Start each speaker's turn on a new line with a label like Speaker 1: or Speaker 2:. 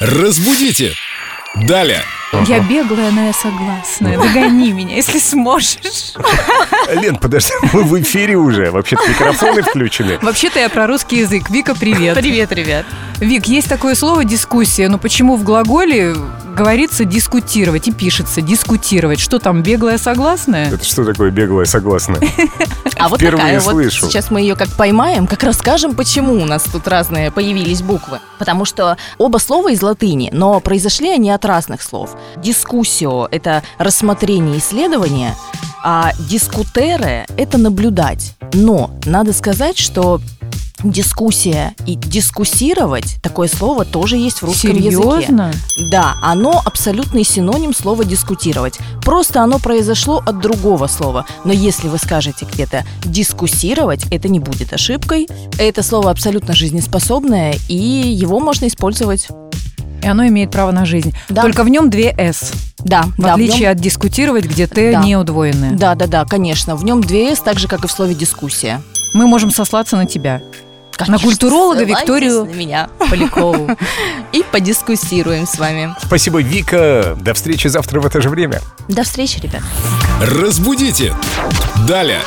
Speaker 1: Разбудите! Далее!
Speaker 2: Я беглая, но я согласная. Догони меня, если сможешь.
Speaker 3: Лен, подожди, мы в эфире уже. Вообще-то микрофоны включены.
Speaker 4: Вообще-то я про русский язык. Вика, привет.
Speaker 2: Привет, ребят.
Speaker 4: Вик, есть такое слово «дискуссия», но почему в глаголе говорится «дискутировать» и пишется «дискутировать»? Что там, беглая согласная?
Speaker 3: Это что такое беглое согласно?
Speaker 5: А вот
Speaker 3: Впервые
Speaker 5: такая вот
Speaker 3: слышу.
Speaker 5: сейчас мы ее как поймаем, как расскажем, почему у нас тут разные появились буквы. Потому что оба слова из латыни, но произошли они от разных слов. Дискуссио – это рассмотрение исследования, а дискутере – это наблюдать. Но надо сказать, что дискуссия и дискуссировать – такое слово тоже есть в русском языке.
Speaker 4: Серьезно?
Speaker 5: Да, оно абсолютный синоним слова «дискутировать». Просто оно произошло от другого слова. Но если вы скажете где-то «дискуссировать», это не будет ошибкой. Это слово абсолютно жизнеспособное, и его можно использовать.
Speaker 4: И оно имеет право на жизнь.
Speaker 5: Да.
Speaker 4: Только в нем две «с»,
Speaker 5: Да,
Speaker 4: в
Speaker 5: да, в нем-
Speaker 4: отличие от «дискутировать», где «т»
Speaker 5: Да.
Speaker 4: не удвоенное.
Speaker 5: Да, да, да, конечно. В нем две «с», так же, как и в слове «дискуссия».
Speaker 4: Мы можем сослаться на тебя.
Speaker 5: Конечно,
Speaker 4: культуролога
Speaker 5: ссылайтесь
Speaker 4: Викторию
Speaker 5: на меня, Полякову. И подискуссируем с вами.
Speaker 3: Спасибо, Вика. До встречи завтра в это же время.
Speaker 5: До встречи, ребят.
Speaker 1: Разбудите! Далее!